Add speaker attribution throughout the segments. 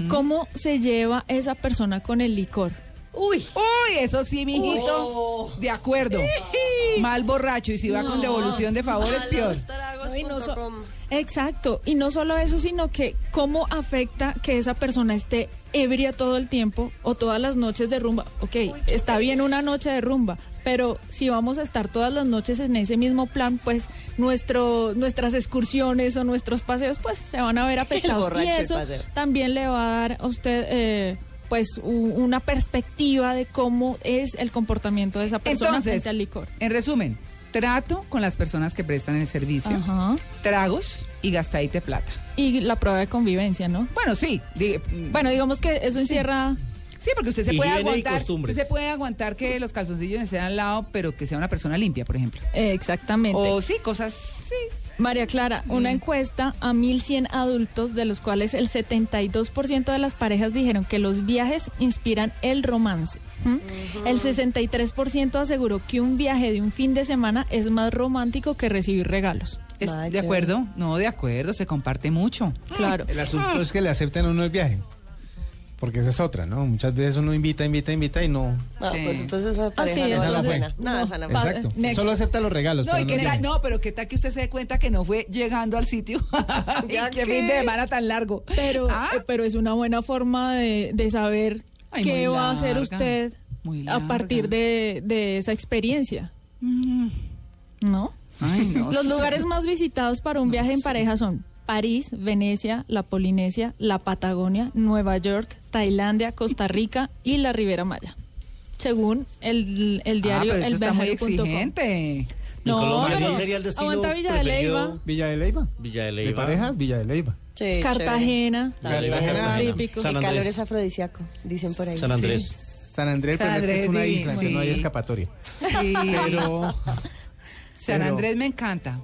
Speaker 1: ¿Cómo se lleva esa persona con el licor?
Speaker 2: Uy,
Speaker 3: Uy, eso sí, mijito. De acuerdo. Mal borracho. Y si va con
Speaker 1: Oh. No,
Speaker 3: devolución de favores, peor.
Speaker 1: Y no so- Exacto, y no solo eso, sino que cómo afecta que esa persona esté ebria todo el tiempo o todas las noches de rumba. Ok, está bien una noche de rumba, pero si vamos a estar todas las noches en ese mismo plan, pues nuestro, nuestras excursiones o nuestros paseos pues se van a ver afectados.
Speaker 2: borracho
Speaker 1: y
Speaker 2: del
Speaker 1: eso
Speaker 2: paseo.
Speaker 1: también le va a dar a usted... eh, pues u- una perspectiva de cómo es el comportamiento de esa persona
Speaker 3: Entonces,
Speaker 1: frente al licor.
Speaker 3: en resumen, trato con las personas que prestan el servicio,
Speaker 1: Ajá.
Speaker 3: tragos y gastadita de plata.
Speaker 1: Y la prueba de convivencia, ¿no?
Speaker 3: Bueno, sí. di-
Speaker 1: Bueno, digamos que eso encierra.
Speaker 3: Sí, porque usted se puede
Speaker 4: Higiene y
Speaker 3: aguantar.
Speaker 4: costumbres.
Speaker 3: Usted se puede aguantar que los calzoncillos estén al lado, pero que sea una persona limpia, por ejemplo.
Speaker 1: eh, exactamente.
Speaker 3: O Mm. sí, cosas. Sí.
Speaker 1: María Clara, una encuesta a 1.100 adultos, de los cuales el 72% de las parejas dijeron que los viajes inspiran el romance. ¿m? El 63% aseguró que un viaje de un fin de semana es más romántico que recibir regalos.
Speaker 3: Es- de
Speaker 2: Vaya.
Speaker 3: acuerdo. No, de acuerdo. Se comparte mucho.
Speaker 1: Claro.
Speaker 5: El asunto es que le acepten a uno el viaje. Porque esa es otra, ¿no? Muchas veces uno invita, invita, invita y no.
Speaker 2: Ah,
Speaker 3: Sí.
Speaker 2: pues entonces esa pareja
Speaker 1: sí,
Speaker 2: no vale la
Speaker 5: entonces-
Speaker 2: pena.
Speaker 1: no.
Speaker 2: Nada, esa no vale.
Speaker 1: Pa-
Speaker 5: Exacto.
Speaker 1: next.
Speaker 5: Solo acepta los regalos.
Speaker 3: No, y
Speaker 5: pero no
Speaker 3: que
Speaker 5: el
Speaker 3: tal-
Speaker 5: viaje.
Speaker 3: no, pero qué tal que usted se dé cuenta que no fue llegando al sitio. y
Speaker 2: Ya
Speaker 3: qué
Speaker 2: que-
Speaker 3: fin de semana tan largo.
Speaker 1: Pero,
Speaker 3: Ah.
Speaker 1: eh, pero es una buena forma de, de saber
Speaker 3: Ay,
Speaker 1: qué
Speaker 3: muy
Speaker 1: va a hacer
Speaker 3: larga,
Speaker 1: usted
Speaker 3: muy
Speaker 1: a partir
Speaker 3: larga. Mm.
Speaker 1: de, de esa experiencia. ¿No?
Speaker 3: Ay, no
Speaker 1: Los
Speaker 3: sé.
Speaker 1: lugares más visitados para un viaje en pareja son París, Venecia, la Polinesia, la Patagonia, Nueva York, Tailandia, Costa Rica y la Ribera Maya. Según el, el diario
Speaker 3: ah, pero eso
Speaker 1: El
Speaker 3: está muy
Speaker 1: Viajero.com.
Speaker 3: exigente.
Speaker 1: No,
Speaker 4: Colombia
Speaker 1: pero
Speaker 4: sería el destino
Speaker 1: aguanta Villa de
Speaker 4: preferido.
Speaker 1: Leyva,
Speaker 5: Villa de Leiva.
Speaker 4: Villa de
Speaker 5: De
Speaker 4: Leyva.
Speaker 5: parejas, Villa de Leiva.
Speaker 2: Sí,
Speaker 1: Cartagena.
Speaker 2: También.
Speaker 5: Cartagena.
Speaker 1: Típico.
Speaker 4: San
Speaker 2: chévere. El calor
Speaker 4: Andrés.
Speaker 2: es afrodisíaco, dicen por ahí.
Speaker 4: San Andrés.
Speaker 5: San Andrés,
Speaker 3: San
Speaker 5: pero es que es una
Speaker 3: Andrés,
Speaker 5: isla,
Speaker 3: sí.
Speaker 5: que no hay escapatoria.
Speaker 3: Sí,
Speaker 5: Pero
Speaker 3: San
Speaker 5: pero-
Speaker 3: Andrés me encanta.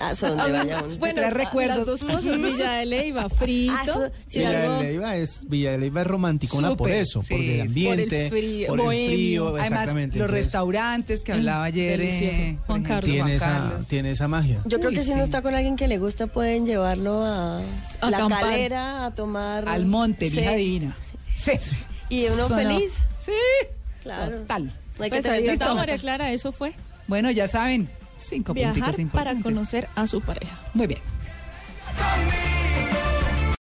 Speaker 2: Ah, son donde vaya uno.
Speaker 1: Bueno,
Speaker 3: Trae
Speaker 1: la-
Speaker 3: recuerdos.
Speaker 1: las ah, dos cosas, Villa de Leyva, frito.
Speaker 2: Ah, eso- sí,
Speaker 1: y
Speaker 5: Villa
Speaker 1: algo-
Speaker 5: de Leiva es, Villa de Leiva es romanticona por
Speaker 3: Súper,
Speaker 5: eso,
Speaker 3: sí,
Speaker 5: por el
Speaker 3: por el
Speaker 5: ambiente, por el
Speaker 1: frío,
Speaker 5: frío,
Speaker 1: bohemio.
Speaker 3: Además, los
Speaker 5: exactamente. Entonces,
Speaker 3: restaurantes que hablaba ayer. eh,
Speaker 1: delicioso.
Speaker 3: por
Speaker 1: Juan
Speaker 3: ejemplo,
Speaker 1: Carlos.
Speaker 5: tiene
Speaker 3: Juan
Speaker 5: esa,
Speaker 3: Carlos.
Speaker 5: tiene esa magia.
Speaker 2: Yo creo
Speaker 3: Uy,
Speaker 2: que si uno
Speaker 3: sí.
Speaker 2: está con alguien que le gusta, pueden llevarlo a,
Speaker 1: A
Speaker 2: la
Speaker 1: acampar.
Speaker 2: calera, a tomar...
Speaker 3: Al monte,
Speaker 2: Sí.
Speaker 3: vieja divina. Sí.
Speaker 2: Y uno
Speaker 3: Sonó.
Speaker 2: feliz.
Speaker 3: Sí.
Speaker 2: Claro.
Speaker 3: Total.
Speaker 2: No hay que
Speaker 1: Pues
Speaker 2: tener
Speaker 1: ahí
Speaker 2: tanto-
Speaker 1: está María Clara, eso fue
Speaker 3: Bueno, ya saben, cinco
Speaker 1: viajar
Speaker 3: puntitos
Speaker 1: para
Speaker 3: importantes.
Speaker 1: conocer a su pareja.
Speaker 3: Muy bien.
Speaker 6: Conmigo.